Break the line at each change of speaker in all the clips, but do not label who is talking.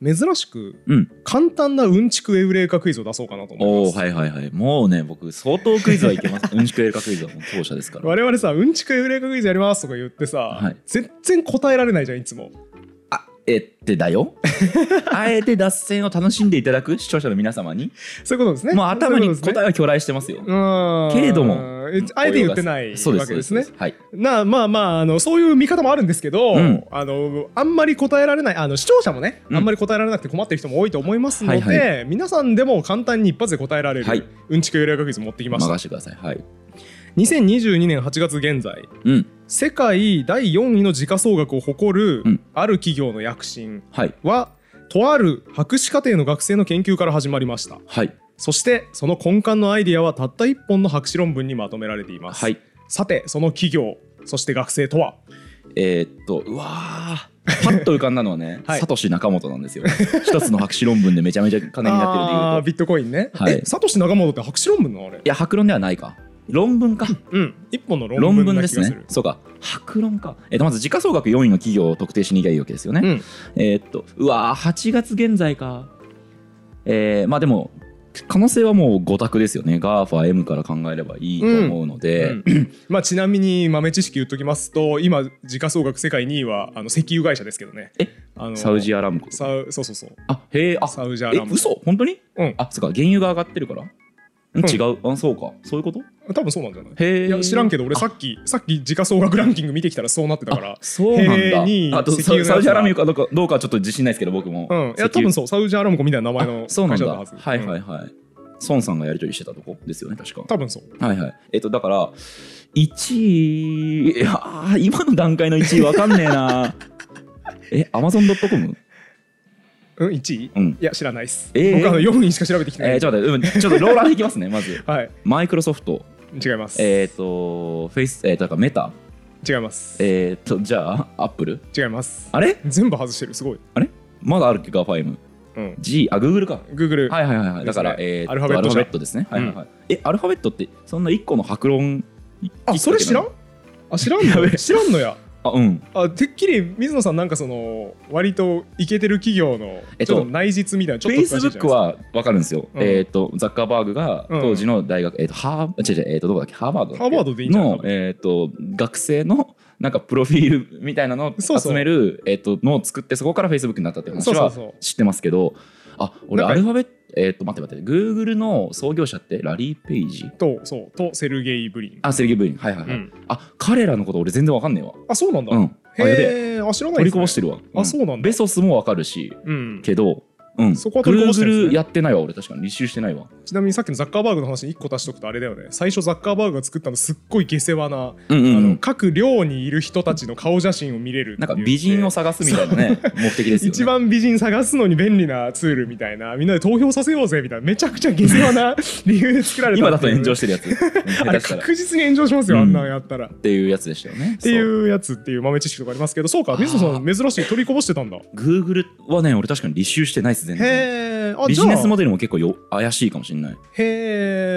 珍しく
うん
簡単なうんちくエウレカクイズを出そうかなと思い
お
ま
お
す、
はいはいはいもうね僕相当クイズはいけますうんちくエルカクイズはもう当社ですから
我々さうんちくエウレカクイズやりますとか言ってさ、
はい
全然答えられないじゃんいつも
あえってだよあえて脱線を楽しんでいただく視聴者の皆様に
そういうことですね
もう頭に答
え
えは去来してますよ
うん
けれども
えあえて言ってない
そうで
わ
す
け
そう
で
ですす
ね
はい
なまあまああのそういう見方もあるんですけど、
うん
あのあんまり答えられないあの視聴者もね、
うん
あんまり答えられなくて困ってる人も多いと思いますので、
はい
皆さんでも簡単に一発で答えられる、
はい
うんちくより確率持ってきました
任してくださいはい
2022年8月現在
うん
世界第4位の時価総額を誇る、
うん
ある企業の躍進
はい
はとある博士課程の学生の研究から始まりました
はい
そしてその根幹のアイデアはたった1本の博士論文にまとめられています、
はい
さてその企業そして学生とは、
えーっとうわーパッと浮かんだのはね
はい
サトシ仲本なんですよ一つの博士論文でめちゃめちゃ金になってるでいう
あ
と
ービットコインね、
はい
えサトシ仲本って博士論文なのあれ
いや白論ではないか論文か
うん一本の論
論
文
文
な
で
気
す
がす
ね
る
そうか白論か、えっとまず時価総額4位の企業を特定しにきゃいいわけですよね、
うん
えーっとうわー8月現在かえーまあでも可能性はもう5択ですよね GAFAM から考えればいいと思うので、
うんまあちなみに豆知識言っときますと今時価総額世界2位はあの石油会社ですけどね
え
あの
サウジアラムコ
サウそうそうそう
あへえあ
サウジア
え
ラムコ
嘘本当に、
うん
あそうか原油が上がってるから、うん
ん
違うあそうかそういうこと
多分そうなんじゃない
へえ
いや知らんけど俺さっきさっき時価総額ランキング見てきたらそうなってたから
そうなん
へーに
だあと
石油
サ
のやつが
サウジアラムコかどうかどうかはちょっと自信ないですけど僕も、
うんいや
石油
多分そうサウジアラムコみたいな名前
あ
の
そうな
会
ん
社
だ
だったはず
はいは
うん
いはい、孫さんがやり取りしてたとこですよね確か
多分そう
はいはい。えっと、だから、1位、いやー今の段階の1位わかんねえな。 え、アマゾン .com?
うん1位
うん。
いや知らないっす、
えー
僕あの4位しか調べてきてない、
えーちょっと待って、うんちょっとローラーいきますね、まず。
はい
マイクロソフト、
違います、
えっ、と、フェイス、えっ、と、だからメタ、
違います、
えっ、と、じゃあ、アップル
違います
あれ
全部外してるすごい
まだあるっけか、ファイム。
うん、
G、あ、グーグルか。
Google、
はいはいはいはい。だか
で
ら、
すね
えーと
アルファベット
ア
じ
ル
ゃん
ファベットですね。はいはいはい。え、アルファベットって、そんな1個の白論一個だけなの
あそれ知らんあ知らんのや知らんのや
あ、うん。
あてっきり水野さんなんかその割とイケてる企業の
えっと
ちょっと内実みたいなち
フ
ょっ
ェ
と
イスブックは分かるんですよ、
うん
えっ、とザッカーバーグが
うん
当時の大学、えっ、とハー違う違うえっ、とどこだっけハーバードだっけ
ハーバードでいいんじゃない
のえっ、と学生のなんかプロフィールみ たいなのを
そう
集
そう
めるえっ、とのを作ってそこからフェイスブックになったっていう話
そう
は
そうそう
知ってますけどあ俺
なん
ア
か
ルファベットえっ、と待って待ってグーグルの創業者ってラリー・ペイジ
とそうとセルゲイ・ブリン
あセルゲイ・ブリンはいはいはい、
うん
あ彼らのこと俺全然分かんねえわ
あそうなんだ、
うんあやべえ
へえあ知らないで
取り
す、
こ
ね、
ぼしてるわ、
あそうなんだ
ベソスも分かるし
うん、
けどうん、
そこは取りこぼしてるんですね
Google やってないわ俺確かに履修してないわ
ちなみにさっきのザッカーバーグの話に1個足しとくとあれだよね最初ザッカーバーグが作ったのすっごい下世話な、
うんうん、
あ
うん
の、各寮にいる人たちの顔写真を見れるって
ない
う
んか美人を探すみたいなね、目的ですよね。
一番美人探すのに便利なツールみたいなみんなで投票させようぜみたいなめちゃくちゃ下世話な理由で作られた
今だと炎上
し
してるやつ。下
あ
手
れ
したら。っ
確実に炎上しますよ、
うん
あんなのやったらって
いうやつでしたよね。って
いうやつっていう豆知識とかありますけどそうか水野さん珍しい取りこぼしてたんだへ
Google はね、俺確かに履修してないです、全然。
えあ
ビ
じゃ
ジ
あ
ネスモデルも結構よ怪しいかもしれない。
へ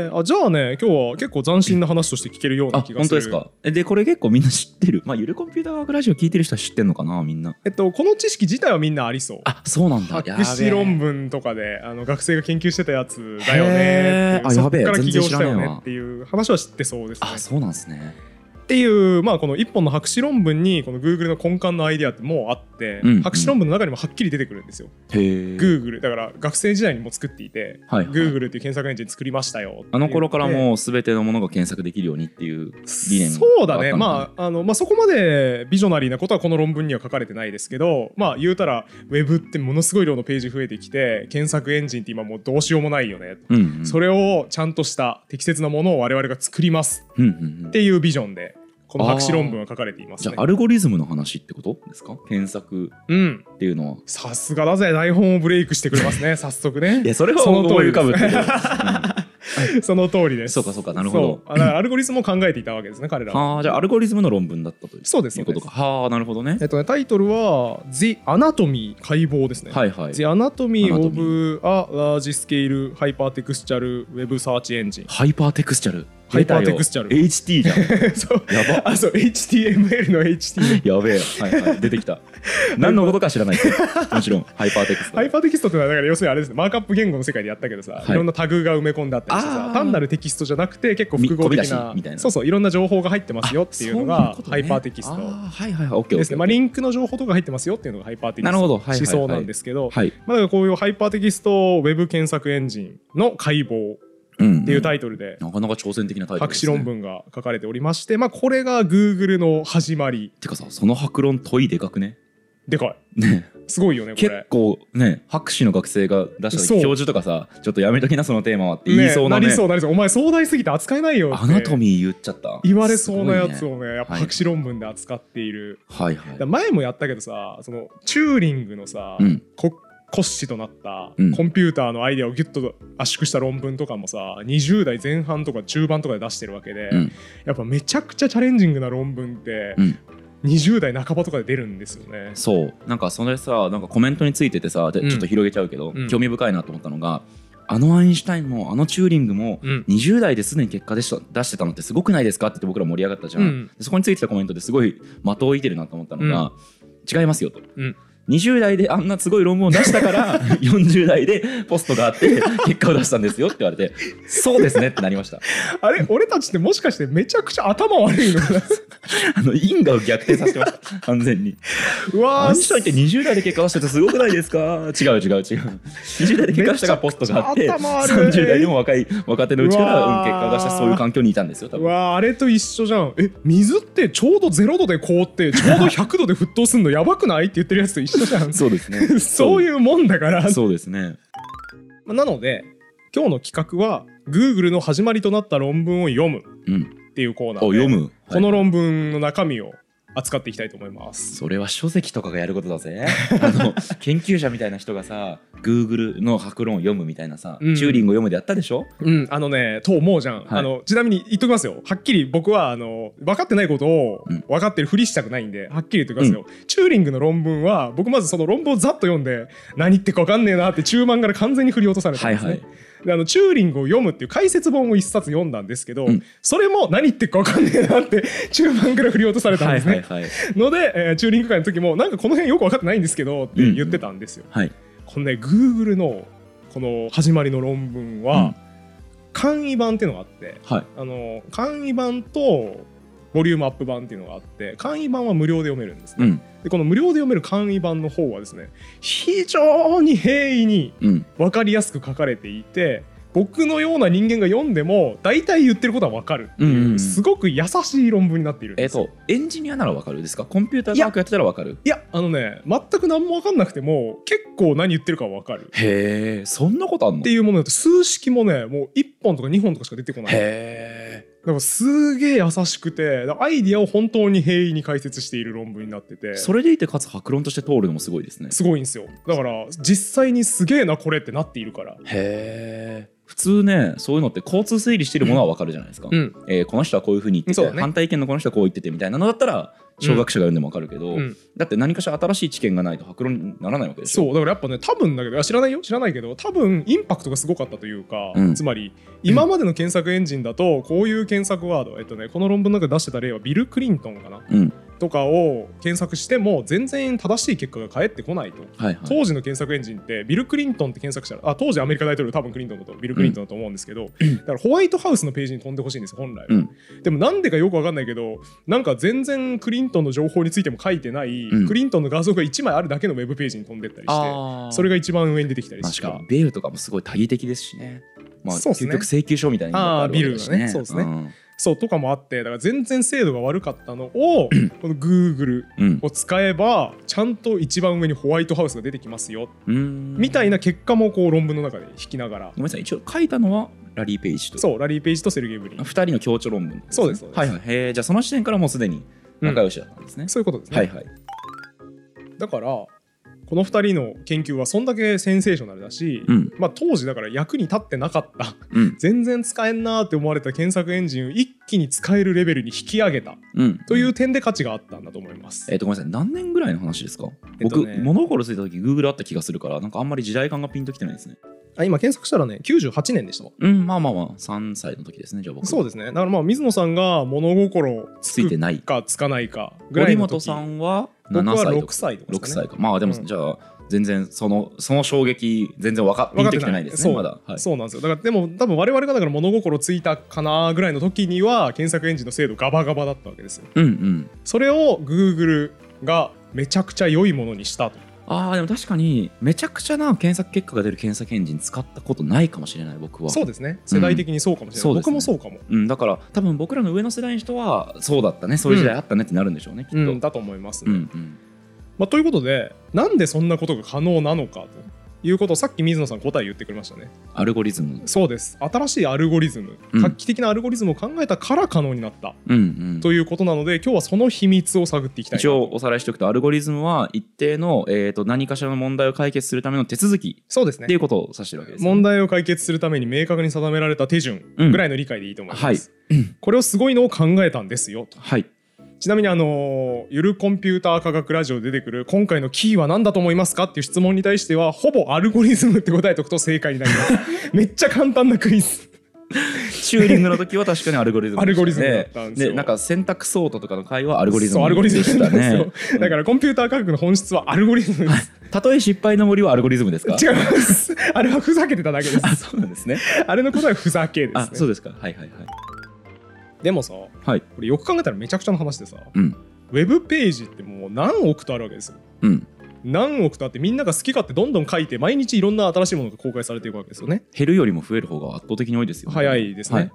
えあじゃあね今日は結構斬新な話として聞けるよう
あ、
な気が
本
す
当
る
ですか。えで、これ結構みんな知ってる。まあ、ゆるコンピューターワークラジオ聞いてる人は知ってんのかな、みんな。
えっとこの知識自体はみんなありそう
あ、そうなんだ。
博士論
文。
文とかであの学生が研究してたやつだよねっていう
へーあやべえ
そっから起業したよ
全然知らねえ
ね
わ
っていう話は知ってそうですね
あ、そうなんですね。
っていう、まあ、この一本の博士論文にこの Google の根幹のアイデアってもうあって、
うんうん
博士論文の中にもはっきり出てくるんですよ。
へえ。
Google だから学生時代にも作っていて、
はいはい
Google っていう検索エンジン作りましたよっていう
あの頃からもう全てのものが検索できるようにっていう理念
そうだね
あったのか
まああの、まあ、そこまでビジョナリーなことはこの論文には書かれてないですけどまあ言うたら Web ってものすごい量のページ増えてきて検索エンジンって今もうどうしようもないよね、
な。うん、うん。
それをちゃんとした適切なものを我々が作ります
うんうんうん
っ。ていうビジョンでこの博士論文は書かれています
じゃ
ね
あ、ア。ルゴリズムの話ってことですか検索
うん
っていうのは。
さすがだぜ台本をブレイクしてくれますね早速ね
いや、それは
その
思
通
い
り
浮かぶ
で
けど。
すその通 りです
そうかそうかなるほど
そうあだからアルゴリズムを考えていたわけですね彼らは
はあ、じゃあアルゴリズムの論文だったという
そうです
いうことか。
そ
はあ、なるほどね
え。っとねタイトルは「The Anatomy 解剖」ですね、
はいはい。
The Anatomy of a Large Scale Hypertextual Web Search Engine
ハイパーテクスチャル。
ハイパーテクスチャル
HT じゃん。
そう
や ば。
あそう HTML の HT
やべえ。はいはい。出て きた。何のことか知らないけど。もちろん、ハイパーテクスト。
ハイパーテキストってのはだから要するにあれですねマークアップ言語の世界でやったけどさ、
はい
い、ろんなタグが埋め込んだったりして
あ
さ
ー
単なるテキストじゃなくて結構複合的
み込み出
な
しみたいな
そうそういろんな情報が入ってますよっていうのがハイパーテキスト
あそういうことねあーはいはいはい。オッケーオ
で
ッ
すね、
ケー。
まあ、リンクの情報とか入ってますよっていうのがハイパーテキ
な
ス
る
トの
ほど。はいはいはい。
思想なんですけど、
はい。
まあ、だからこういうハイパーテキストウェブ検索エンジンの解剖
っ
っていうタ
イ
イトルで
なかなか挑戦的なタイトル
博
で
士
すね
論文が書かれておりまして、まあ、これが Google の始まり
てかさその博論問いでかくね
でかい
ね
すごいよねこ
結
れ。
構ね博士の学生が出した
そう
時教授とかさちょっとやめときなそのテーマはって言いそうなね
りそうなりそうお前壮大すぎて扱えないよって
アナトミー言っちゃった
言われそうなやつ
すごいね
をねやっぱ
はい
博士論文で扱っている、
はいはい
だから前もやったけどさそのチューリングのさ、
うん
こ骨子となった
うん
コンピューターのアイデアをギュッと圧縮した論文とかもさ20代前半とか中盤とかで出してるわけで、
うん
やっぱめちゃくちゃチャレンジングな論文って
うん
20代半ばとかで出るんですよね。
そうなんかそれさなんかコメントについててさで
うん
ちょっと広げちゃうけど、
うん
興味深いなと思ったのがあのアインシュタインもあのチューリングも、
うん
20代ですでに結果でした出してたのってすごくないですかって言って僕ら盛り上がったじゃん、
うん
でそこについてたコメントですごい的を置いてるなと思ったのが、違いますよと、
うん
20代であんなすごい論文を出したから 40代でポストがあって結果を出したんですよって言われてそうですねってなりました
あれ俺たちってもしかしてめちゃくちゃ頭悪いのかな
あの因果を逆転させてました完全に
うわ
ア
ー
ンシュタインって20代で結果出しててすごくないですか違う違う違う20代で結果出したからポストがあって
めっちゃ頭悪い
30代でも若い若手のうちから
う
うん
わー
結果を出したそういう環境にいたんですよ多
う
分
わーあれと一緒じゃんえ水ってちょうど0度で凍ってちょうど100度で沸騰すんのやばくないって言ってるやつと一緒じ ゃん
そうですね
そういうもんだから
そうですね
まあなので今日の企画は Google の始まりとなった論文を読む
うん
っていうコーナーで
お読む、はい
この論文の中身を扱っていきたいと思います。
それは書籍とかがやることだ ぜあの研究者みたいな人がさ Google の博論を読むみたいなさ、
うん
チューリングを読むでやったでしょ
うん、あのねと思うじゃん、
はい
あのちなみに言っときますよはっきり僕はあの分かってないことを
うん
分かってるふりしたくないんではっきり言っときますよ、チューリングの論文は僕まずその論文をざっと読んで何言ってか分かんねえなって中盤から完全に振り落とされた
は
ん
い
ですね、
はい
であのチューリングを読むっていう解説本を一冊読んだんですけど、
うん
それも何言ってるか分かんねえなって中盤から振り落とされたん
は
で
い
すね、
はいはい
ので、えーチューリング会の時もなんかこの辺よく分かってないんですけどって言ってたんですよ、
はい
このね Google のこの始まりの論文は、
うん
簡易版っていうのがあって
はい
あの簡易版とボリュームアップ版っていうのがあって簡易版は無料で読めるんです
う
ね、
ん
でこの無料で読める簡易版の方はですね非常に平易に
うん
分かりやすく書かれていて僕のような人間が読んでも大体言ってることは分かるって
うんうん
いううんすごく優しい論文になっているん
え
で
っ、
すよ
とエンジニアならわかるですかコンピューター科学やってたらわかる
いやあのね全く何も分かんなくても結構何言ってるかは分かる
へえそんなことあんの
っていうものだと数式もねもう1本とか2本とかしか出てこない
へ
だからすげえ優しくてだからアイディアを本当に平易に解説している論文になってて
えそれでいてかつ白論として通るのもすごいですね
すごいんですよだから実際にすげえなこれってなっているから
へえ普通ねそういうのって交通整理してるものはわかるじゃないですか、
ん
えーこの人はこういうふうに言って
そう
て、
だね
反対意見のこの人はこう言っててみたいなのだったら小学者が読んでもわかるけど、
うん
だって何かしら新しい知見がないと白論にならないわけでしょ
そうだからやっぱね多分だけどいや知らないよ知らないけど多分インパクトがすごかったというか、
うん
つまり今までの検索エンジンだとこういう検索ワードえっとねこの論文の中で出してた例はビル・クリントンかな
う、ん、
とかを検索しても全然正しい結果が返ってこないと。
はいはい
当時の検索エンジンってビル・クリントンって検索したらあ当時アメリカ大統領多分クリントンだとビル・クリントンだと思うんですけど、だからホワイトハウスのページに飛んでほしいんですよ本来は、
うん
でもなんでかよくわかんないけどなんか全然クリントンの情報についても書いてない、
うん
クリントンの画像が1枚あるだけのウェブページに飛んでったりして
あー
それが一番上に出てきたりし
確
た
かにベールとかもすごい多義的ですしねまあ
そうっすね
結局請求書みたいなのがあるわけだし
あービルのねそうっすね
ん
そうとかもあってだから全然精度が悪かったのをこの Google
うん
を使えばちゃんと一番上にホワイトハウスが出てきますよ
うーん
みたいな結果もこう論文の中で引きながら
ごめんなさい一応書いたのはラリー・ペイジと
そうラリー・ページとセルゲイ・ブリン
2人の共著論文
そうですそうです
はいはいへーじゃあその時点からもうすでに仲良しだったんですね、
そういうことですね、
はいはい
だからこの2人の研究はそんだけセンセーショナルだし、
うん
まあ、当時だから役に立ってなかった
うん
全然使えんなーって思われた検索エンジンを一気に使えるレベルに引き上げた
うん
という点で価値があったんだと思います。
えっ、とごめんなさい何年ぐらいの話ですか、
えっとね
僕物心ついた時 Google あった気がするからなんかあんまり時代感がピンときてないですね
あ今検索したらね98年でしたわ
うん、まあまあまあ、3歳の時ですね、じゃあ僕。
そうですねだからまあ水野さんが物心
ついて
な
ない。
かつかないかぐら
堀
いの時
本さんは
僕
7
は
歳と
6
か。
歳とか
6
ですかね
歳か。まあでも、
うん
じゃあ、全然その、その衝撃、全然わか
分か
ピン
って
と
ない
きてないですね、
そう
まだ。はい。
そうなんですよだからでも多分我々がだから物心ついたかなぐらいの時には検索エンジンの精度ガバガバだったわけですよ
うんうん。
それを Google がめちゃくちゃ良いものにしたと
ああ、でも確かに、めちゃくちゃな検索結果が出る検索エンジン使ったことないかもしれない、僕は。
そうですね世代的にそうかもしれない、
うん
僕もそうかも
うん、だから多分僕らの上の世代の人はそうだったねそういう時代あったねってなるんでしょうね、
う
き
ん
っと。
だと思います、
う
ね
んうん
まあ、ということでなんでそんなことが可能なのかということをさっき水野さん答え言ってくれましたね
アルゴリズム、
そうです新しいアルゴリズム
うん
画期的なアルゴリズムを考えたから可能になった
うんうん、
ということなので今日はその秘密を探っていきたいな
一
と
応おさらいしておくとアルゴリズムは一定の、えー、と何かしらの問題を解決するための手続き
そうですね
っていうことを指してるわけです、
問題を解決するために明確に定められた手順
うん
ぐらいの理解でいいと思います。これをすごいのを考えたんですよと。
はい
ちなみにあのーゆるコンピューター科学ラジオで出てくる今回のキーは何だと思いますかっていう質問に対してはほぼアルゴリズムって答えとくと正解になります。 めっちゃ簡単なクイズ。
チューリングの時は確かにアルゴリズムで
アル
したね
ゴリズムだったんですよ
でなんか選択ソートとかの回はアルゴリズム
そうアルゴリズ
でし
ムな
た
んですよ
ね。
だからコンピューター科学の本質はアルゴリズムです。
たとえ失敗の森はアルゴリズムですか
違います。あれはふざけてただけ です。
あそうなんですね
あれの答えはふざけで
あ
す
そう
ね。
ですかはいはいはい
でもさ、
はい
これよく考えたらめちゃくちゃの話でさ、
うん
ウェブページってもう何億とあるわけですよ。
うん
何億とあってみんなが好き勝手どんどん書いて毎日いろんな新しいものが公開されていくわけですよね。
減るよりも増える方が圧倒的に多いですよ、
早いですね
はい
っ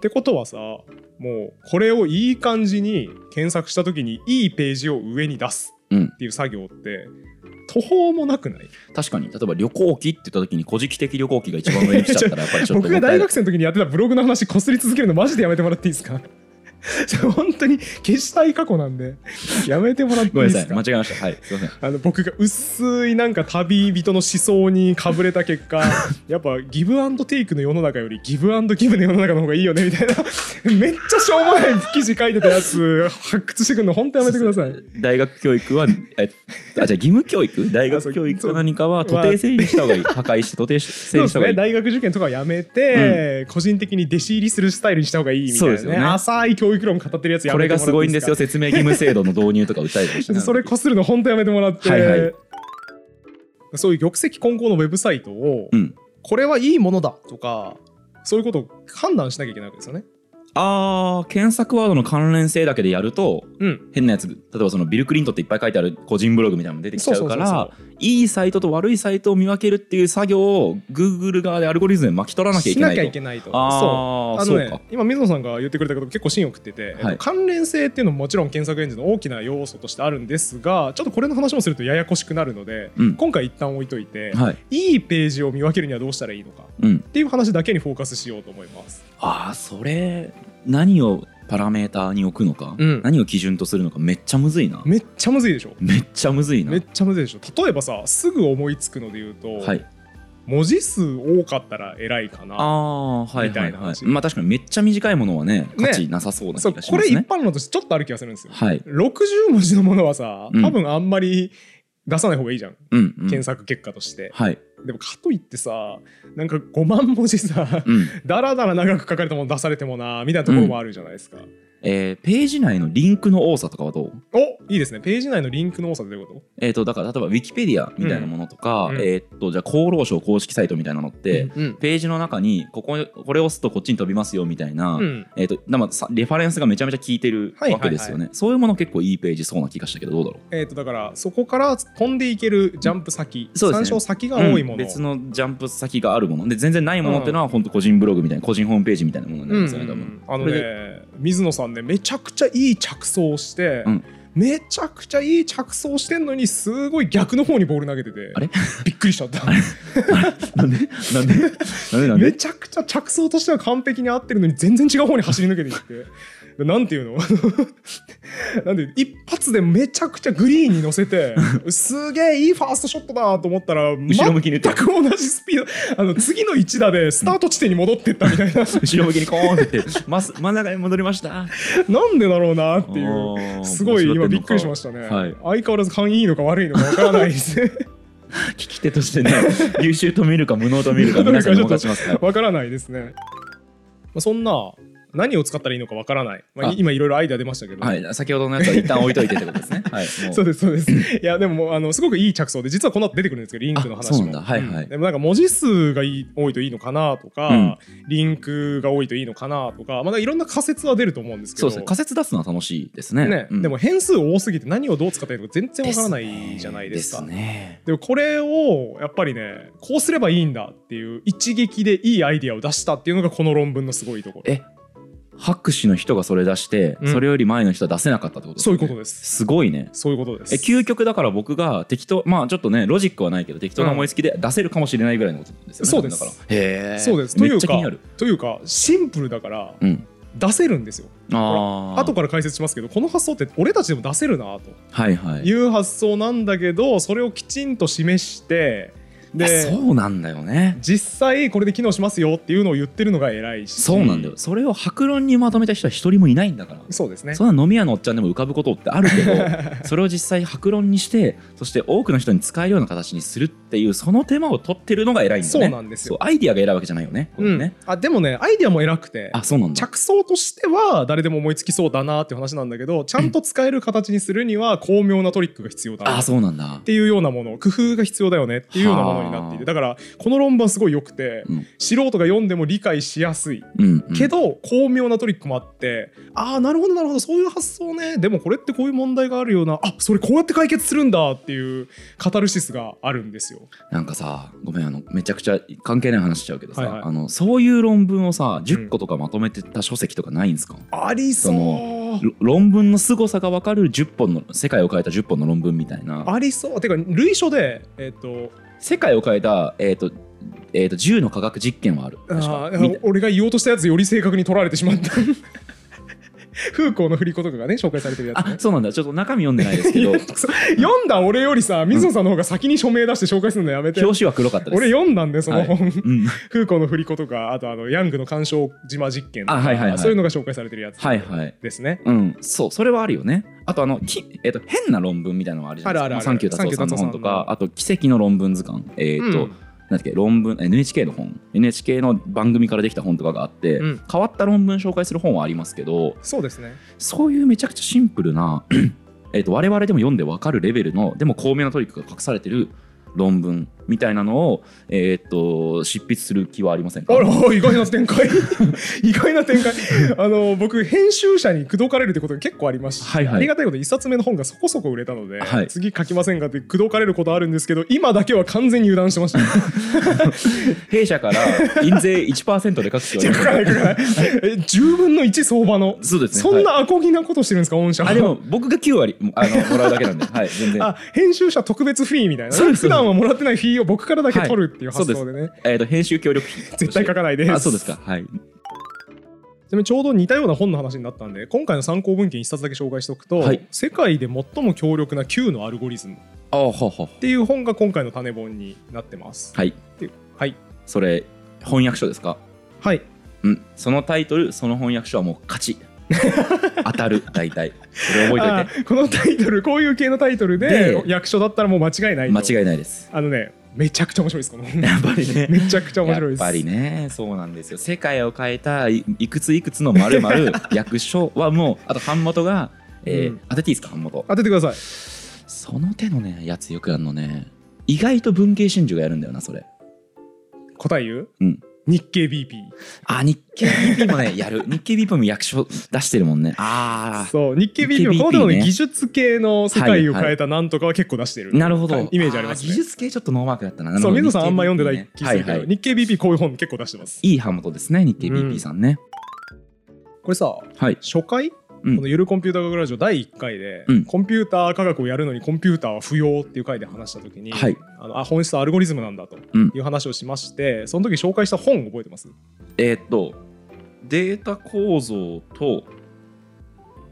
てことはさもうこれをいい感じに検索した時にいいページを上に出す
うん
っていう作業って途方もなくない
確かに例えば旅行機って言った時に「古事記的旅行機」が一番上に来ちゃったらやっぱりちょっと
僕
も
が
ったい
大
ない
学生の時にやってたブログの話こすり続けるのマジでやめてもらっていいですか それ本当に消したい過去なんでやめてもらっていい
ごめ
で
ん
す
なさい
か
間違えましたはいすいません
あの僕が薄いなんか旅人の思想にかぶれた結 果やっぱギブアンドテイクの世の中よりギブアンドギブの世の中の方がいいよねみたいな めっちゃしょうもない記事書いてたやつ発掘してくるの本当やめてください。
大学教育はえあじゃあ義務 教育大学教育か何かは徒弟制にした方がいい破壊して徒弟
そ
制
う
に
で
し
す
た方がい
ね、
い、
大学受験とかはやめて、個人的に弟子入りするスタイルにした方がいいみた
そ
いうな、ね
ですよね
浅い教育論語ってるやつや
こ
め
れ
てもら
が
って
すごいんですよ
か
説明義務制度の導入とか訴えてましたね
それこするの本当やめてもらって、
はいはい
そういう玉石混交のウェブサイトを、
うん
これはいいものだとかそういうことを判断しなきゃいけないわけですよね。
あー検索ワードの関連性だけでやると
うん、
変なやつ例えばそのビル・クリントンっていっぱい書いてある個人ブログみたいなのも出てきちゃうから
そうそう
いいサイトと悪いサイトを見分けるっていう作業を Google 側でアルゴリズムに巻き取らなきゃい
し
けな
ないき
と
ゃいけないと。そう
ああ
あ
そ
の
う
ね
か、
今水野さんが言ってくれたこと結構芯を食ってて、えっと
はい
関連性っていうのももちろん検索エンジンの大きな要素としてあるんですがちょっとこれの話もするとややこしくなるので、
うん
今回一旦置いといて、
はい
い、いページを見分けるにはどうしたらいいのかっ
うん、
ていう話だけにフォーカスしようと思います。
ああそれ何をパラメーターに置くのか、
うん
何を基準とするのかめっちゃむずいな
めっちゃむずいでしょ
めっちゃむずいな
めっちゃむずいでしょ例えばさすぐ思いつくので言うと、
はい
文字数多かったら偉いか
あ
な。
あはい
みた
はいい
な
はい
話
まあ確かにめっちゃ短いものはね
ね
価値なさそうな気
そう
がし
こ
ま
れ
す
一
ね
般論としてちょっとある気がするんですよ。
はい
60文字のものはさ
うん
多分あんまり出さない方がいいじゃん、
うんうん
検索結果として、
はい
でもかといってさなんか5万文字さ
うん
だらだら長く書かれたもの出されてもなみたいなところもあるじゃないですか、
えーページ内のリンクの多さとかはどう
おいいですねページ内のリンクの多さでどういうこ
えー、とだから例えばウィキペディアみたいなものとか、
うんうん
えー、とじゃあ厚労省公式サイトみたいなのっ
と
て、
うん
ページの中にこここれを押すとこっちに飛びますよみたいな、
うん
えー、とだからさレファレンスがめちゃめちゃ効いてる
はいはいは
わ
い
けですよね、そういうもの結構いいページそうな気がしたけどどうだろう
えっ、とだからそこから飛んでいけるジャンプ先、
そうです
参
ね
照先が多いもの、
うん別のジャンプ先があるもので全然ないものっていうのは本当個人ブログみたいな個人ホームページみたいなものにな
う
り
ん
ますよね、多分
あの
これ
ね水野さんねめちゃくちゃいい着想をして、
うん
めちゃくちゃいい着想してんのにすごい逆の方にボール投げてて
あれ
びっくりしちゃった
なんでなんでなんでなん
め
で
ちゃくちゃ着想としては完璧に合ってるのに全然違う方に走り抜けていってなんて いうのなんで一発でめちゃくちゃグリーンに乗せて すげえいいファーストショットだと思ったら
後ろ向きに打った
全く同じスピードあ の次の一打でスタート地点に戻ってったみたいな
後ろ向きにコーンってってます真ん中に戻りましたっ
なんでだろうなっていう。すごい今びっくりしま
し
したね、
はい
相変わらず勘いいのか悪いのかわからないですね
聞き手としてね優秀と見るか 無能と見るか皆さんにお任せしますから
わからないですね。まあ、そんな何を使ったらいいのかわからない。まあ、
あ
今いろいろアイデア出ましたけど。
はい、先ほどのやつは一旦置いといてってことですね。はい、も う
そうですそうです。いやでもあのすごくいい着想で実はこの後出てくるんですけどリンクの話も。
あそうなんだはいはい
でもなんか文字数がいい多いといいのかなとか、
うん
リンクが多いといいのかなとか、まあなんかいろんな仮説は出ると思うんですけ
そ
ど。
うですね。仮説出すのは楽しいですね。
ね
うん
でも変数多すぎて何をどう使ったらいいのか全然わからないじゃないですか。
ですね。
でもこれをやっぱりねこうすればいいんだっていう一撃でいいアイディアを出したっていうのがこの論文のすごいところ
え博士の人がそれ出して、
うん
それより前の人は出せなかったってことです
そう
ね
いうことです
すごいね。
そういうことです
え究極だから僕が適当まあちょっとねロジックはないけど適当な思いつきで出せるかもしれないぐらいのことですよね。
そうです
だからへえ。
そうですとい
めっ
う
ちゃ気
か
になる。
というかシンプルだから
うん。
出せるんですよ
ああ。
後から解説しますけどこの発想って俺たちでも出せるなと
はいはい。
いう発想なんだけどそれをきちんと示して
あ
で
そうなんだよね。
実際これで機能しますよっていうのを言ってるのが偉いし
そうなんだよ。それを白論にまとめた人は一人もいないんだから。
そうですね
そんな飲み屋のおっちゃんでも浮かぶことってあるけ どそれを実際白論にしてそして多くの人に使えるような形にするっていうその手間を取ってるのが偉いんだよ
そ
ね
うなんですよ
そうアイディアが偉いわけじゃないよねこれね、
うん、あでもねアイディアも偉くて
あそうなんだ
着想としては誰でも思いつきそうだなっていう話なんだけどちゃんと使える形にするには巧妙なトリックが必要だな
あ
っ
そうなんだ
ていうようなもの工夫が必要だよねっていうようなものになっていて
はあ
だからこの論文すごい良くて、
うん
素人が読んでも理解しやすい
うん、うん、
けど巧妙なトリックもあってああなるほどなるほどそういう発想ねでもこれってこういう問題があるようなあそれこうやって解決するんだっていうカタルシスがあるんですよ。
なんかさごめんあのめちゃくちゃ関係ない話しちゃうけどさ、
はいはい
あのそういう論文をさ10個とかまとめてた書籍とかないんですか、
ありそ
そうろ論文の凄さが分かる10本の世界を変えた10本の論文みたいな
ありそうてか類書でえっ、と
世界を変えた、えーとえー、と10の科学実験はある
あ
確か
ー
みたい
俺が言おうとしたやつより正確に取られてしま った風光の振り子とかがね紹介されてるやつ、
あ
ね、
そうなんだちょっと中身読んでないですけど
いやそう 読んだ俺よりさ水野さんの方が先に署名出して紹介するのやめて、
表紙は黒かったです
俺読んだんでその本、
うん
風光の振り子とかあとあのヤングの鑑賞島実験とか、
あはいはいはい
そういうのが紹介されてるやつ
はいはい
ですね、
うんそうそれはあるよねあとあのき、えー、と変な論文みたいなのはあるじゃないです
ある
か
あるある
サンキュー達夫さんの本と
サンキュー達夫さん
か
の
あと奇跡の論文図鑑えっ、と、
うん
なんだっけ論文 NHK の本 NHK の番組からできた本とかがあって、
うん
変わった論文紹介する本はありますけど
そうですね
そういうめちゃくちゃシンプルな えっと我々でも読んで分かるレベルのでも巧妙なトリックが隠されてる論文みたいなのを、えっと執筆する気はありません
あ
から
意外な展開 意外な展開あの僕編集者に口説かれるってことが結構ありまして、
はいはい
ありがたいことに一冊目の本がそこそこ売れたので、
はい
次書きませんかって口説かれることあるんですけど今だけは完全に油断してま した
弊社から印税1%で書く気はありません
高い高い え10分の1相場の
そうですね
そん
はい
なアコギなことしてるんですか御社は
あでも僕が9割あのもらうだけ なんではい全然
あ編集者特別フィーみたいな
そう
ね
です
普段はもらってないフィーを僕からだけ
はい
取るっていう発想でね、
えー、と編集協力費
絶対書かないです
あそうですかはい
ちなみにちょうど似たような本の話になったんで今回の参考文献一冊だけ紹介しておくと、
はい
世界で最も強力な Q のアルゴリズム」っ
あはは
ていう本が今回の種本になってます
はい
はい
それ翻訳書ですか
はい
うんそのタイトルその翻訳書はもう 勝ち当たる大体それ覚え
あ
とい
ーこのタイトルこういう系のタイトルで
で
役所だったらもう間違いない
て
と
間違いないです
あのねめちゃくちゃ面白いですこの 本
やっぱりね
めちゃくちゃ面白い
や
で
っ
す
ぱりねそうなんですよ世界を変えたいいくついくつの丸々役所はもうあと版元が、えー
うん
当てていいですか版元
当ててください
その手のねやつよくやるのね意外と文系真珠がやるんだよなそれ
答え言う、
うん
日経 BP
あ、日経 BP もね、やる。日経 BP も役所出してるもんね。あ
そう日経
日経
BP もこの手の
BP ね
技術系の世界を変えたなんとかは結構出してる、
あ、なるほど。
イメージありますね
ー技術系ちょっとノーマークだったな。
そう
なる
水野
ほど
さんあんま読んでない
日
気
経
が
BP
する
ね
けど、
はいはい。
日経 BP こういう本結構出してます
いい版元ですね、日経 BP さんね。
これさ
はい。
初回、
うん
この「ゆるコンピュータ学ラジオ」第1回で、
うん
コンピューター科学をやるのにコンピューターは不要っていう回で話した時に、
はい
あのあ本質はアルゴリズムなんだと
うん
いう話をしまして、その時紹介した本覚えてます
えーっと、データ構造と、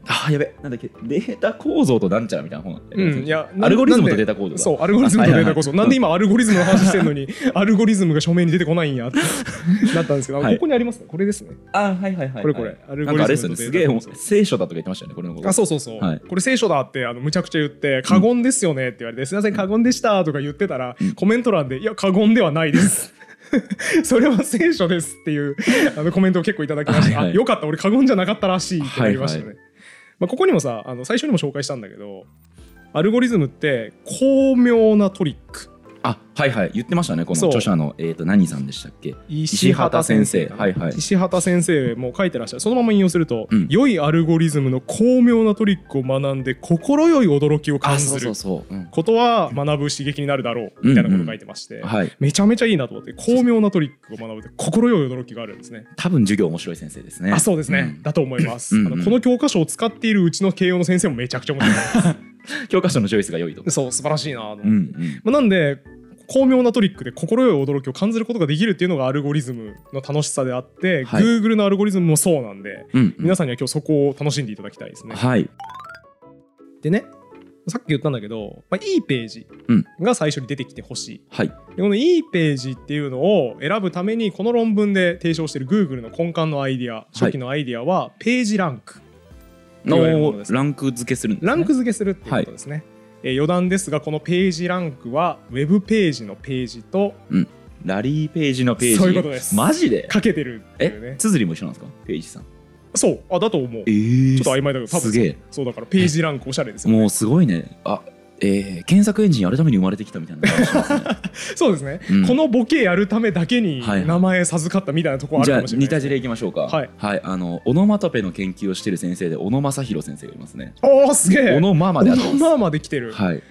あーやべなんだっけデータ構造となんちゃらみたいな本なんだよね
うん、いや
アルゴリズムと
なん
デー
で
タ構造だ
そうアルゴリズムとデータこそ、
はいは
な
いはい
んで今アルゴリズムの話してんの にアルゴリズムが書面に出てこないんやってなったんですけど、
はい
ここにありますねこれですね
あーはいはいはい
これこれ、アル
な
ゴ
んかあれ
リズ
ですよ
ム
ね
と
す
デ
げ
ー
え
タ
も
構
う
造
聖書だとか言ってましたよねこれのこと
あそうそうそう、
はい
これ聖書だってあのむちゃくちゃ言って過言ですよねって言われて、すいません過言でしたとか言ってたら、コメント欄でいや過言ではないです それは聖書ですっていうあのコメントを結構いただきました、
はいはい
あよかった俺過言じゃなかったらしいってなりましたね、
はい
まあ、ここにもさあの最初にも紹介したんだけどアルゴリズムって巧妙なトリック
あはいはい言ってましたねこの
そう
著者のえっと何さんでしたっけ
石
畑先生はいはい
石畑先生も書いてらっしゃるそのまま引用すると、
うん
良いアルゴリズムの巧妙なトリックを学んで心よい驚きを感
あ
じ
そうそ
る
うそううん
ことは学ぶ刺激になるだろうみたいなことを書いてまして、
はい
めちゃめちゃいいなと思って巧妙なトリックを学ぶって心よい驚きがあるんですね。
多分授業面白い先生ですね
あそうですね、
ん
だと思います、
うんうん
あのこの教科書を使っているうちの慶応の先生もめちゃくちゃ面白
教科書のチョイスが良いと
いそう素晴らしいなと思って、
うんうん
まあ、なんで巧妙なトリックで心よい驚きを感じることができるっていうのがアルゴリズムの楽しさであって、
はい
Google のアルゴリズムもそうなんで
うんうん
皆さんには今日そこを楽しんでいただきたいですね。
はい
でねさっき言ったんだけど、まあ、いいページ
うん
が最初に出てきてほしい、
はい
でこのいいページっていうのを選ぶためにこの論文で提唱している Google の根幹のアイディア初期のアイディアはページランク、いわゆるもの
の
です
ランク付けするんですね
ランク付けするっていうことですね、えー余談ですがこのページランクはウェブページのページと
ラリーページのページ
そういうことです
マジで
かけてるっていう
え
ね
綴りも一緒なんですかページさん
そうあだと思うちょ
え
っと曖昧だけど多
す
分
げ
そうだからページランクおしゃれです
え
よ
もうすごいねあえー、検索エンジンやるために生まれてきたみたいな話ですね
そうですね、
うん
このボケやるためだけに
はい
名前授かったみたいなとこある
じゃ
か
あ
もしれな
似
いで
た
す
事
ね、
例いきましょうか
はい、
あのオノマトペの研究をしている先生で小野正弘先生がいますね
おおすげえ
オノマまであってます
まあまで来てる、
はい、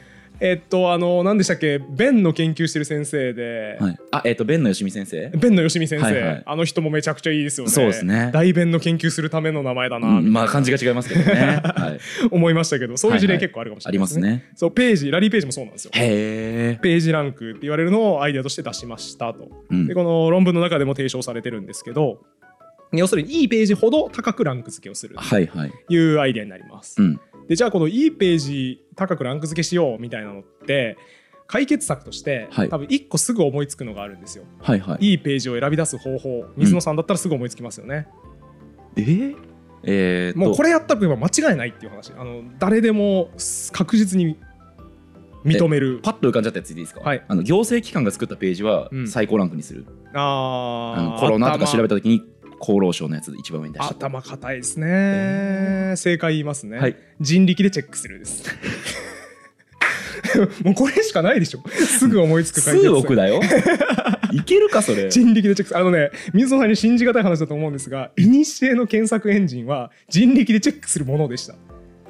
えっとあの何でしたっけ弁の研究してる先生で、
はい、あえっ、と弁のよしみ先生
弁のよしみ先生、
はいはい
あの人もめちゃくちゃいいですよね
そうですね
大弁の研究するための名前だな、
うんまあ漢字が違いますけど ね、はい、
思いましたけどそういう事
は
例
いはい
結構あるかもし
あ
れな
り
い
ま
です
す
ね,、
ね
そうページラリーページもそうなんですよ
へえ、
ページランクって言われるのをアイデアとして出しましたと
うん
でこの論文の中でも提唱されてるんですけど要するにいいページほど高くランク付けをする
はいはい
というアイデアになります、
うん
でじゃあこのいいページ高くランク付けしようみたいなのって解決策として、
はい
多分1個すぐ思いつくのがあるんですよ
はいはい
いいページを選び出す方法水野さんだったらすぐ思いつきますよね、
えー、えー、っと
もうこれやったら間違いないっていう話あの誰でも確実に認める
パッと浮かんじゃったやつでいいですか、
はい
あの行政機関が作ったページは
うん
最高ランクにする、あ
あ
の
ー
コロナとか調べ
頭
た時に厚労省のやつ一番上に出しちゃった
頭固いですね、
え
正解言いますね、
はい
人力でチェックするです もうこれしかないでしょすぐ思いつく解
数
決策
億 だよいけるかそれ
人力でチェックするあのね水野さんに信じがたい話だと思うんですがいにしえの検索エンジンは人力でチェックするものでした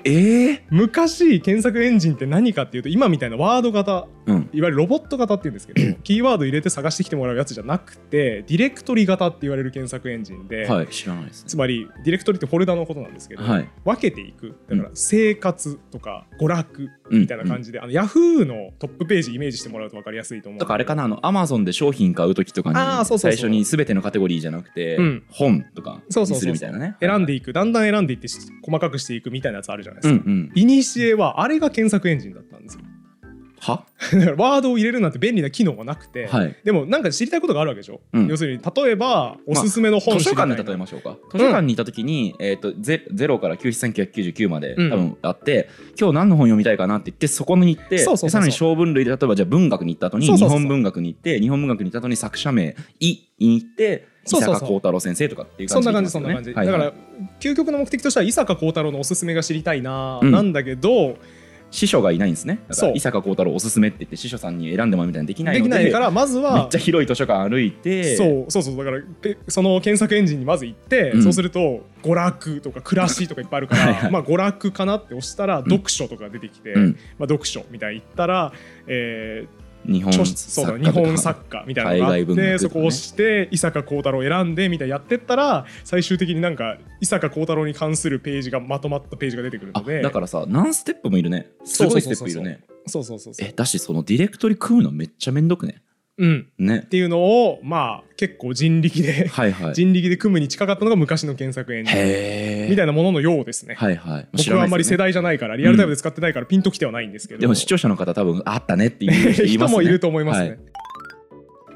えー、
昔検索エンジンって何かっていうと今みたいなワード型
うん
いわゆるロボット型っていうんですけどキーワード入れて探してきてもらうやつじゃなくてディレクトリ型って言われる検索エンジンで、
はい知らないです
つ
ね
まりディレクトリってフォルダのことなんですけど、
はい
分けていくだから生活とか娯楽みたいな感じで、あのヤフーのトップページイメージしてもらうと分かりやすいと思う
とかあれかなあのアマゾンで商品買う時とか
あーそうそ
に
うそう
最初に全てのカテゴリーじゃなくて
うん
本とか
そうそう
に
そうそう
するみたいなね
選んでいくだんだん選んでいってし細かくしていくみたいなやつあるじゃないで
うんう
すか。
ん
いにしえはあれが検索エンジンだったんですよ。
は
だからワードを入れるなんて便利な機能がなくて、
はい
でもなんか知りたいことがあるわけでしょ、
うん
要するに例えばおすすめの本知
図書
りたい
館
な
で例えましょうか図書館にいた時に、えー、とゼ0から93999まで多
うん
分あって、今日何の本読みたいかなって言ってそこに行って
そうそうそうそう
でさらに小分類で例えばじゃあ文学に行った後に
そうそうそ
日
うそう
本文学に行って日本文学に行った後に作者名「い」に行って
そう
伊
そうそう
坂幸太郎先生とかっていう
そ
感
んな
じで行き
感
ま
じ
す
そんな感
よね、
じ、
はいは
だ
い
から究極の目的としては伊坂幸太郎のおすすめが知りたいな、
うん
なんだけど
司書がいないんですねだか
そう
ら伊坂幸太郎おすすめって言って司書さんに選んでもらうみたいなのできない
で
の
き
で
ないからまず
めっ
は
ちゃ広い図書館歩いて
そうそうそうだからペその検索エンジンにまず行って、
うん
そうすると娯楽とか暮らしとかいっぱいあるから
はいはい
まあ娯楽かなって押したら
ん
読書とか出てきて、
うん
まあ、読書みたいに行ったら、え
日
ー
本
著
作
者そうだ日
家
本
とか
作家みたいなのがあって、
海外文学と
そ
か
こ
ね
を押して伊坂幸太郎を選んでみたいなやってったら最終的になんか伊坂幸太郎に関するページがまとまったページが出てくるの
あ
で
だからさ何ステップもいるねすごいステップいるね
そうそうそうそう
えだしそのディレクトリ組むのめっちゃめんどくね
うん、
ね
っ。ていうのをまあ結構人力で
はいはい。
人力で組むに近かったのが昔の検索エンジン
へえ。
みたいなもののようですね。
はいはい。知
僕
ら
はあ
ないですよね
んまり世代じゃないからリアルタイムで使ってないからピンときてはないんですけど、
でも視聴者の方多分あったねっていう人い ま
人
すね。
もいると思いますね。
はい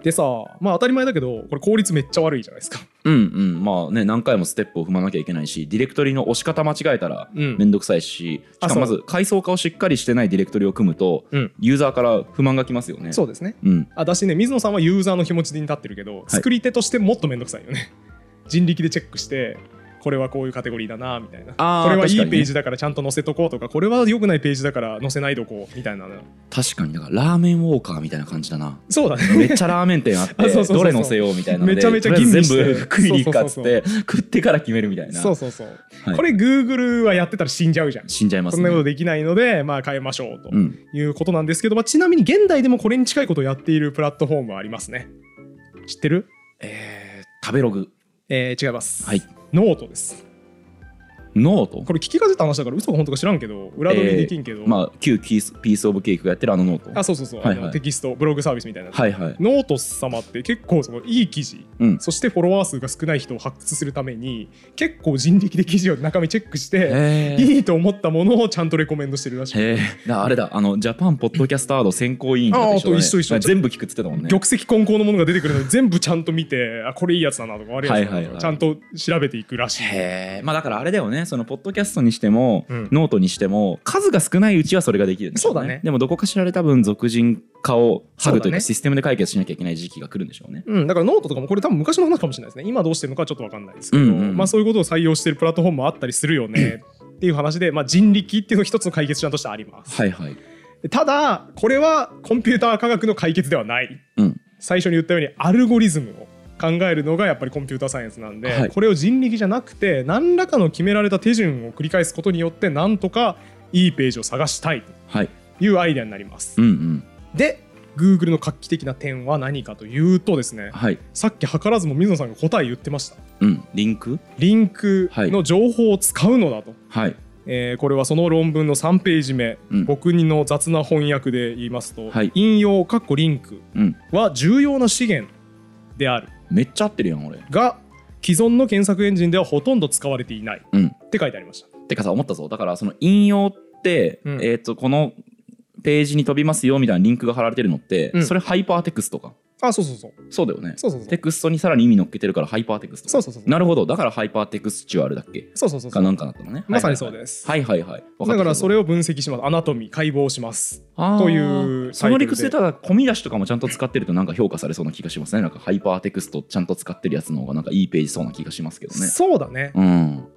でさまあ当たり前だけどこれ効率めっちゃ悪いじゃないですか。
うんうん。まあね何回もステップを踏まなきゃいけないし、ディレクトリの押し方間違えたら。
うん
めんどくさいしし
あ
か
そう
もまず階層化をしっかりしてないディレクトリを組むと、
うん
ユーザーから不満がきますよね。
そうですね。
うん、
あだしね水野さんはユーザーの気持ちで立ってるけど、作り手としてもっとめんどくさいよね。 人力でチェックしてこれはこういうカテゴリーだなみたいな。
あー
これはい
確か
い
にね
ページだからちゃんと載せとこうとかこれは良くないページだから載せないとこうみたいなの
確かにだからラーメンウォーカーみた いな感じ だな
そうだね。
めっちゃラーメン店あって
あそうそうそうそう
どれ乗せようみたいなので
めちゃめちゃ
とりあえ
吟
ず
味して
全部食いに行くかっつって食ってから決めるみたいな
そうそうそう。
はい
これ Google はやってたら死んじゃうじゃん。
死んじゃいます
そん
ね
なことできないので、まあ、変えましょうと
うん、
いうことなんですけど、まあ、ちなみに現代でもこれに近いことをやっているプラットフォームはありますね。知ってる
えー、食べログ
えー違います。
はい
ノートです。
ノート
これ聞きかけた話だから嘘か本当か知らんけど、裏取りできんけど、
まあ旧キースピースオブケーキがやってるあのノート
あ、そうそうそう、
はいはい
あのテキスト、ブログサービスみたいなやつ。
はいはい
ノート様って結構そのいい記事、
うん
そしてフォロワー数が少ない人を発掘するために結構人力で記事を中身チェックして、
へー
いいと思ったものをちゃんとレコメンドしてるらしくて
へーだあれだあのジャパンポッドキャストアワード選考委員会
あーと一緒一緒
全部聞くっつってたもんね
玉石混交のものが出てくるので全部ちゃんと見てあこれいいやつだなとか悪いやつだなとか、
はいはいはい
ちゃんと調べていくらしい。
へえまあだからあれだよねそのポッドキャストにしても、
うん
ノートにしても数が少ないうちはそれができるんだよ
そうだね
でもどこかしらで多分俗人化をハグと
そうだね
いうかシステムで解決しなきゃいけない時期が来るんでしょうね
うん、だからノートとかもこれ多分昔の話かもしれないですね今どうしてるのかはちょっと分かんないですけど、
うんうん
まあ、そういうことを採用してるプラットフォームもあったりするよねっていう話で、まあ、人力っていうのが一つの解決者としてあります、
はいはい
でただこれはコンピューター科学の解決ではない
うん
最初に言ったようにアルゴリズムを考えるのがやっぱりコンピューターサイエンスなんで、
はい
これを人力じゃなくて何らかの決められた手順を繰り返すことによってなんとかいいページを探したい
はい
というアイデアになります
うんうん
で Google の画期的な点は何かというとですね
はい
さっき図らずも水野さんが答え言ってました
うんリンク
リンクの情報を使うのだと、
はい
えーこれはその論文の3ページ目、
うん
僕にの雑な翻訳で言いますと、
はい
引用かっこリンク
うん
は重要な資源である
めっちゃ合ってるやん俺
が既存の検索エンジンではほとんど使われていない
うん
って書いてありました。
てかさ思ったぞだからその引用って、
うん
えっ、とこのページに飛びますよみたいなリンクが貼られてるのって、
うん
それハイパーテクストか
あ、そうそうそう。
そうだよね
そうそうそう
テ。クストにさらに意味乗っけてるからハイパーテクスト
そうそうそう。
なるほどだからハイパーテクスチュアルだっけ
そうそうそうそ
か
う。
なんかだったのね
まさにそうです。
はいはいはい分
だからそれ
を
を分析します。アナトミー、解剖します。と
と
いう
その理屈
タイ
で
ト
ただ込み出しとかもちゃんと使ってるとなんか評価されそうな気がしますねなんかハイパーテクストちゃんと使ってるやつの方がなんかいいページそうな気がしますけどね
そうだね。
うん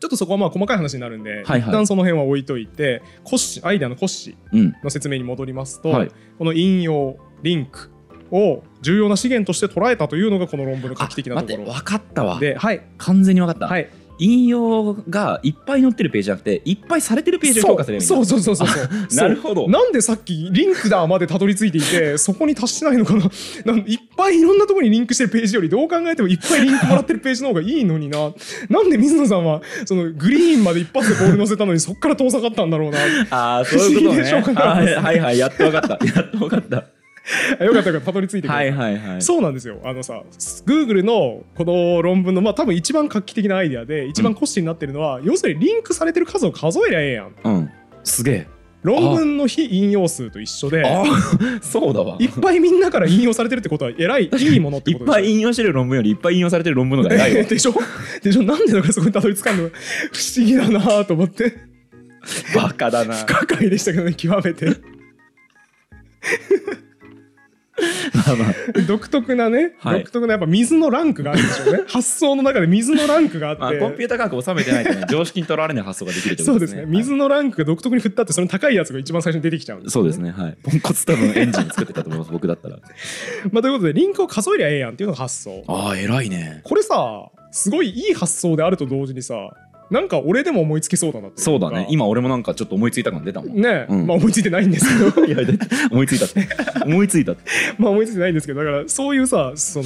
ちょっとそこはまあ細かい話になるんで、
はい
一旦その辺は置いといて、コッシアイデアの骨子
うん
の説明に戻りますと、
はい
この引用、リンクを重要な資源として捉えたというのがこの論文の画期的なと
待っ
こ
て
ろ
分かったわ
で、はい、
完全に分かった、
はい、
引用がいっぱい載ってるページじゃなくていっぱいされてるページを評価するみたい
そう
な
そうそうそうそう
あ なるほど
そうなんでさっきリンクだまでたどり着いていてそこに達してないのかな なんいっぱいいろんなところにリンクしてるページよりどう考えてもいっぱいリンクもらってるページの方がいいのにななんで水野さんはそのグリーンまで一発でボール乗せたのにそこから遠ざかったんだ ろうなよ
ああそういうこと
不思議でしょうがな
ね
いです
あーはいはいやっと分かったやっと 分かった
かったよかったたどり着いてくれた
はいはいはい
そうなんですよあのさ Google のこの論文のまあ多分一番画期的なアイデアで一番コストになってるのは、要するにリンクされてる数を数えりゃええやん
うんすげえ
論文の非引用数と一緒で
あ あそうだわ
いっぱいみんなから引用されてるってことは偉 いいいものって
い
こと
っ
でしょ
ぱい引用してる論文よりいっぱい引用されてる論文の方が偉いわ
でしょでしょなんでだからそこにたどり着かんの不思議だなぁと思って
バカ だな
不可解でしたけどね極めて
まあまあ
独特なね、
はい
独特なやっぱ水のランクがあるんでしょう ね発想の中で水のランクがあって、
まあコンピューター科学を収めてないとね常識にとらわれない発想ができるってこ
そう
と
で
ですす
ね
ね
水のランクが独特に振ったってその高いやつが一番最初に出てきちゃうん
はい
です
そうですねはいポンコツ多分エンジン作ってたと思い ます僕だったら
まあ、ということでリンクを数えりゃええやんっていうのが発想
ああ偉いね
これさすごいいい発想であると同時にさなんか俺でも思いつきそうだなっていか
そうだね今俺もなんかちょっと思いついた感出たも ん
ね、
うん
まあ思いついてないんですけど
い やだって思いついたって思いついたって
まあ思いついてないんですけどだからそういうさその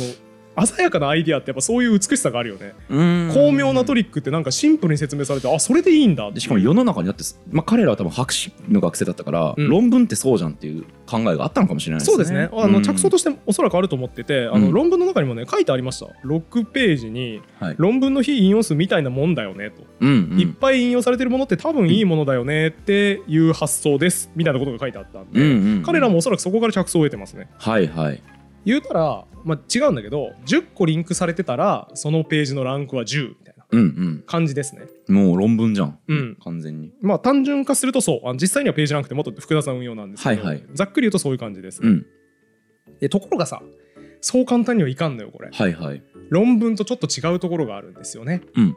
鮮やかなアイディアってやっぱそういう美しさがあるよね、
うん
巧妙なトリックってなんかシンプルに説明されてあそれでいいんだって
でしかも世の中にあって、まあ、彼らは多分博士の学生だったから、
うん
論文ってそうじゃんっていう考えがあったのかもしれないですね。
そうですねあの
うん
着想としておそらくあると思っててあの
うん
論文の中にもね書いてありました6ページに
はい
論文の非引用数みたいなもんだよねと
うんうん
いっぱい引用されてるものって多分いいものだよねっていう発想ですみたいなことが書いてあったん
うん
で
うんうん
彼らもおそらくそこから着想を得てますね
はいはい
言うたら、まあ、違うんだけど10個リンクされてたらそのページのランクは10みたいな
うん
感じですね
うんもう論文じゃん、
うん
完全に
まあ単純化するとそうあの実際にはページランクってもっと複雑な運用なんですけど、
はいはい
ざっくり言うとそういう感じです、
うん
でところがさそう簡単にはいかんのよこれ
はいはい
論文とちょっと違うところがあるんですよね、
うん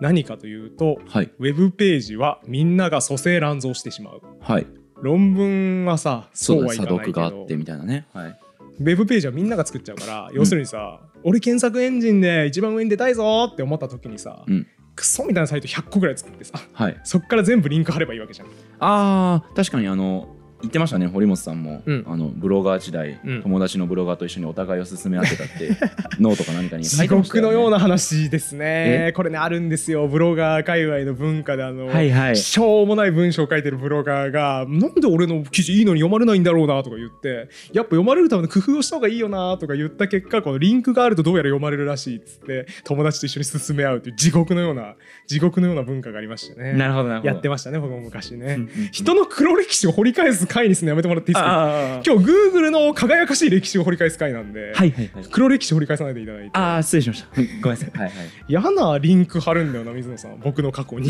何かというと
はい
ウェブページはみんなが蘇生乱造してしまう
はい
論文はさ
そ
そうう
だ
はい
査
かないけ
読があっ
ど
てみたいなねはい
ウェブページはみんなが作っちゃう から、要するにさ俺検索エンジンで一番上に出たいぞーって思った時にさ、
うん
クソみたいなサイト100個ぐらい作ってさ
はい
そっから全部リンク貼ればいいわけじゃん
あー確かにあの言ってましたね堀本さんも、
うん
あのブロガー時代、
うん
友達のブロガーと一緒にお互いを勧め合ってたって ノートか何かに書
地
いてました
獄
よね
のような話ですね。これね、あるんですよ。ブロガー界隈の文化で、あの、
はいはい
しょうもない文章を書いてるブロガーが、なんで俺の記事いいのに読まれないんだろうなとか言って、やっぱ読まれるための工夫をした方がいいよなとか言った結果、このリンクがあるとどうやら読まれるらしいっつって、友達と一緒に進め合うという地獄のような、地獄のような文化がありましてね。
なるほどなるほど
やってましたね、僕も昔ね。
うんうんうん
人の黒歴史を掘り返す回にするのやめてもらっていいですか
あー
今日 Google の輝かしい歴史を掘り返す回なんで、
はいはいはい
黒歴史掘り返さないでいただいて。
ああ失礼しました ごめんなさいはいはい
嫌なリンク貼るんだよな水野さん僕の過 去に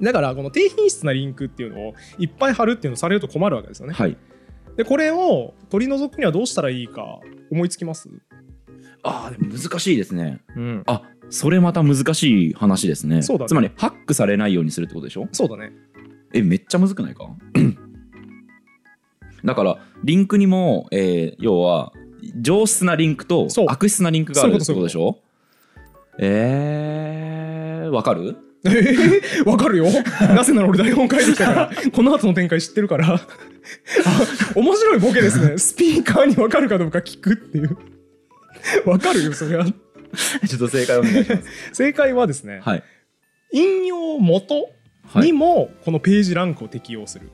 だからこの低品質なリンクっていうのをいっぱい貼るっていうのをされると困るわけですよね
はい
でこれを取り除くにはどうしたらいいか思いつきます
ああでも難しいですね
うん
あそれまた難しい話ですね
そうだね
つまりハックされないようにするってことでしょ
そうだね
えめっちゃむずくないか だからリンクにも、えー要は上質なリンクと
そう
悪質なリンクがあるって
そう
こ
いう
と
こと
でしょえー、わ かる
えーわかるよなぜなら俺台本書いてきたか らこの後の展開知ってるからあ面白いボケですねスピーカーにわかるかどうか聞くっていうわかるよそれは
ちょっと正解お願いします
正解はですね、
はい、
引用元
は
に
い、
もこのページランクを適用する、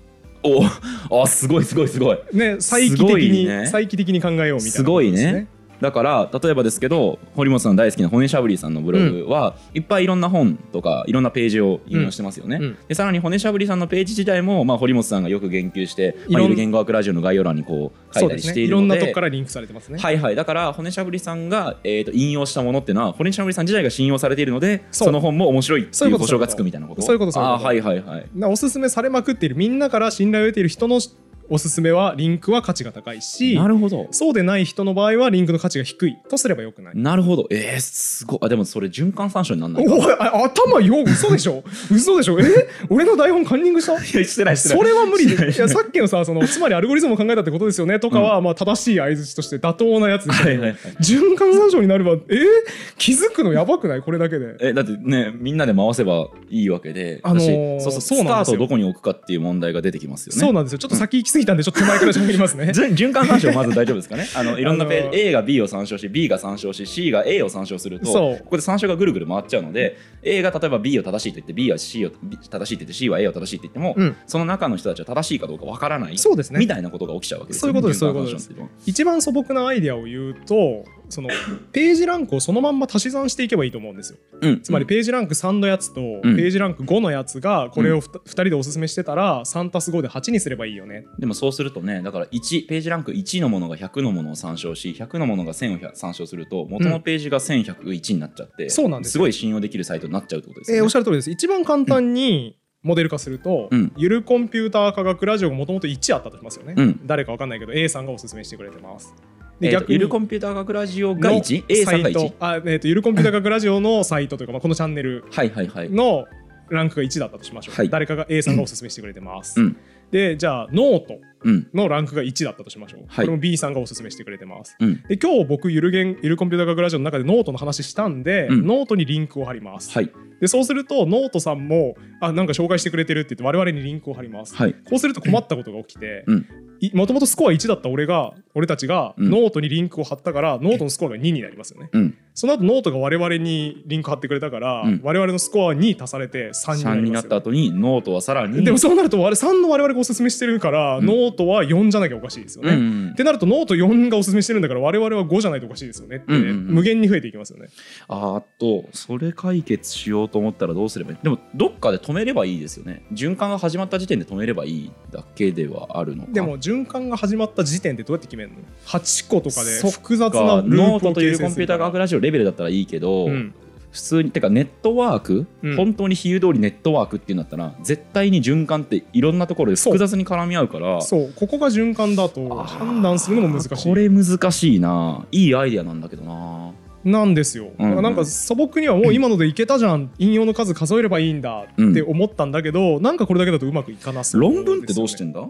おあすごいすごいすごい
ね再帰
すご
的
い
に、
ね
再帰的に考えようみたいな
すごいねだから例えばですけど堀本さんの大好きな骨しゃぶりさんのブログは、いっぱいいろんな本とかいろんなページを引用してますよね、
うんうん
でさらに骨しゃぶりさんのページ自体も、まあ、堀本さんがよく言及して「ま
いろん
あゆる言語学ラジオ」の概要欄にこう書
そ
いう
で
たり
す
し
ね
てい
い
る
ろ
の
ん
で
なとこからリンクされてますね、
はいはいだから骨しゃぶりさんが、えー、と引用したものっていうのは骨しゃぶりさん自体が信用されているので
そ
そうの本も面白いって
そう
い
いう
う
こと
保証がつくみたいなこと
そういうことそういうこと
あーはいはいはい
なおすすめされまくっているみんなから信頼を得ている人のおすすめはリンクは価値が高いし
なるほど
そうでない人の場合はリンクの価値が低いとすればよくない
なるほどえー、すごいあでもそれ循環参照になんないか
おいあ頭よ嘘でし ょ嘘でしょえ俺の台本カンニングした
いやしてない
それは無理
しない
いやさっきのさそのつまりアルゴリズムを考えたってことですよねとかは、まあ正しい相槌として妥当なやつでした
は
け
い
ど
はいはい
循環参照になればえー気づくのやばくないこれだけで
えだってねみんなで回せばいいわけで、
あのー
私そうそう
そう
スタ
なんで
ー
す
ト
よ
をどこに置くかっていう問題が出てきますよね
そうなんですよちょっと先行き過ぎたんでちょっと手前から喋ります ね
じゅ循環参照まず大丈夫です かねあのいろんなページ、
あの
A が B を参照し B が参照し C が A を参照すると
そう
ここで参照がぐるぐる回っちゃうので A が例えば B を正しいと言って B は C を B 正しいと言って C は A を正しいと言っても、
うん
その中の人たちは正しいかどうかわからない
そうですね
みたいなことが起きちゃうわけです
そ
よ
ういうことです
循環参照っていうのは
一番素朴なアイデアを言うとそのページランクをそのまんま足し算していけばいいと思うんですよ
うん
つまりページランク3のやつとペ
ん
ージランク5のやつがこれを 2, 人でおすすめしてたら3たす5で8にすればいいよね
でもそうするとねだから1ページランク1のものが100のものを参照し100のものが1000を参照すると元のページが1101になっちゃって、
そうなんですよ
ごい信用できるサイトになっちゃうってことですよ
え
ね。
ーおっしゃる通りです一番簡単にモデル化すると、
うん
ゆるコンピューター科学ラジオがもともと1あったとしますよね、
うん
誰かわかんないけど A さんがおすすめしてくれてます
え
で
ーとゆるコ
ン
ンピューター学ラジオが 1A さんが1
あ、えー、とゆるコンピューター科学ラジオのサイトというか、まあ、このチャンネル
はいはいはい
のランクが1だったとしましょう、
はい
誰かが A さんがおすすめしてくれてます、
うん
でじゃあノート
うん
のランクが1だったとしましょう、
はい
これも B さんがおすすめしてくれてます
うん
で今日僕ゆるげんゆるコンピューター学ラジオの中でノートの話したんで、
うん
ノートにリンクを貼ります、
はい
でそうするとノートさんもあなんか紹介してくれてるって言って我々にリンクを貼ります、
はい
こうすると困ったことが起きて
うん
もともとスコア1だった俺が俺たちが
うん
ノートにリンクを貼ったから、ノートのスコアが2になりますよね
うん
その後ノートが我々にリンク貼ってくれたから、
うん
我々のスコアに足されて3にな
3
り
に
ま
な
す
っ
よ
た後にノートはさらに
でもそうなると我々3の我々がおすすめしてるから、
うん
ノートは4じゃなきゃおかしいですよ
うん
ね、
う
っ
ん、
てなるとノート4がおすすめしてるんだから我々は5じゃないとおかしいですよねって、
うんうんうん
無限に増えていきますよね
あーっとそれ解決しようと思ったらどうすればいいでもどっかで止めればいいですよね循環が始まった時点で止めればいいだけではあるのか
でも循環が始まった時点でどうやって決めるの ?8 個とかで
そっか
複雑な
か
ルー
ノー
プ
ト
を
とい
形
うコ
成
ン
す
ピ
る
ューターが学ラジオレベルだったらいいけど、
うん
普通にてかネットワーク、
うん
本当に比喩通りネットワークっていうんだったら絶対に循環っていろんなところで複雑に絡み合うから
そうここが循環だと
あー
判断するのも難し
こ
い
れ難しいないいアイデアなんだけどな
なんですよ、だからなんか素朴にはもう今のでいけたじゃん引用の数数えればいいんだって思ったんだけど、なんかこれだけだとうまくいかなそうですよね、
論文ってどうしてんだ、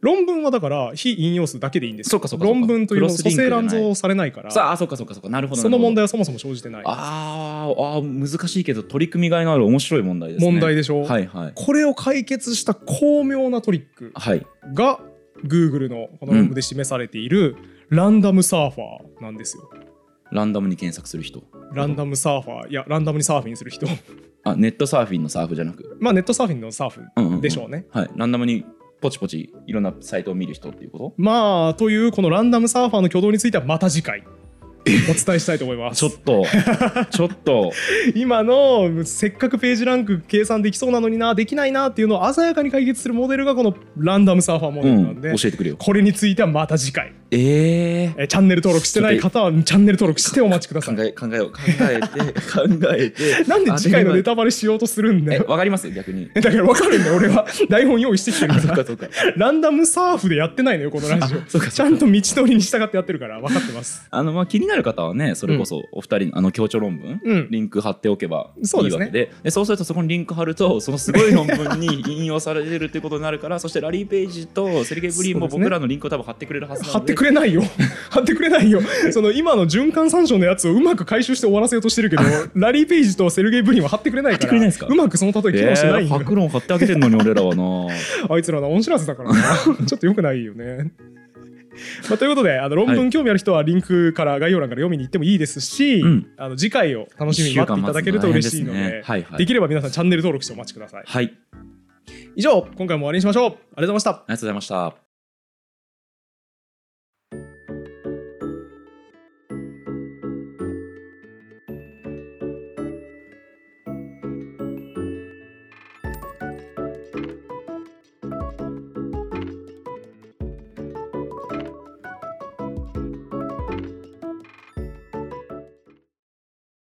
論文はだから非引用数だけでいいんですよ
そっかそっかそっか
論文というのは
クロス
蘇
リンクじ
生
ゃない
乱造されないから
さああそっかそっかそっかなるほど
その問
題
題はそもそも生じてない
あーあー難しいけど取り組みがいのある面白い問題ですね
問題でしょ、
はいはい
これを解決した巧妙なトリック
はい
が Google のこの論文で示されているランダムサーファーなんですよ
ランダムに検索する人
ランダムサーファーいやランダムにサーフィンする人
あネットサーフィンのサーフじゃなく、
まあネットサーフィンのサーフ
うんうんうん
でしょうね
はい、ランダムにポチポチいろんなサイトを見る人っていうこと
まあというこのランダムサーファーの挙動についてはまた次回お伝えしたいと思います
ちょっと ちょっと
今のせっかくページランク計算できそうなのになできないなっていうのを鮮やかに解決するモデルがこのランダムサーファーモ
う
デルなん
ん
で、
教えてくれよ
これについてはまた次回
ええー
えーチャンネル登録してない方はチャンネル登録してお待ちくださ
考
い
え考えよう考えて考えて
なんで次回のネ
タ
タバレしようとするんだ
え
よ
わかりますよ 逆に
だから分かるんだよ俺は台本用意してきてる
あそ
か
っ
ら
かそっか
ランダムサーフでやってないのよこのラジオ
あそうか
ちゃんと道通りに従ってやってるから分かってます
あのまあ気になる方はねそれこそお二人のあの強調論文、
うん
リンク貼っておけばいい
そう
わ
で
け
す
で
ね
そうでそうするとそこにリンク貼るとそのすごい論文に 引用されてるってことになるからそしてラリー・ページとセルゲイ・ブリーンも
そうですね
僕らのリンクを多分貼ってくれるはずなので
貼ってくれないよ 貼ってくれないよその今の循環参照のやつをうまく回収して終わらせようとしてるけ どラリー・ペイジとセルゲイ・ブリンは貼ってくれないか
貼ってくれ
ら
ないんですか
うまくその例え機能してない
え
ん
ー
だ
パ
よ
クロン貼ってあげてんのに俺らはな
あいつらの恩知らずだからな ちょっとよくないよねまあ、ということであの論
は
文興味ある人はリンクから概要欄から読みに行ってもいいですし、
うん
あの次回を楽しみに待っていただけると嬉しいので
一週間待つの大変ですねはいはい
できれば皆さんチャンネル登録してお待ちください
はいありがとう
以上今回も終わりにしましょうありがとうございました
ございました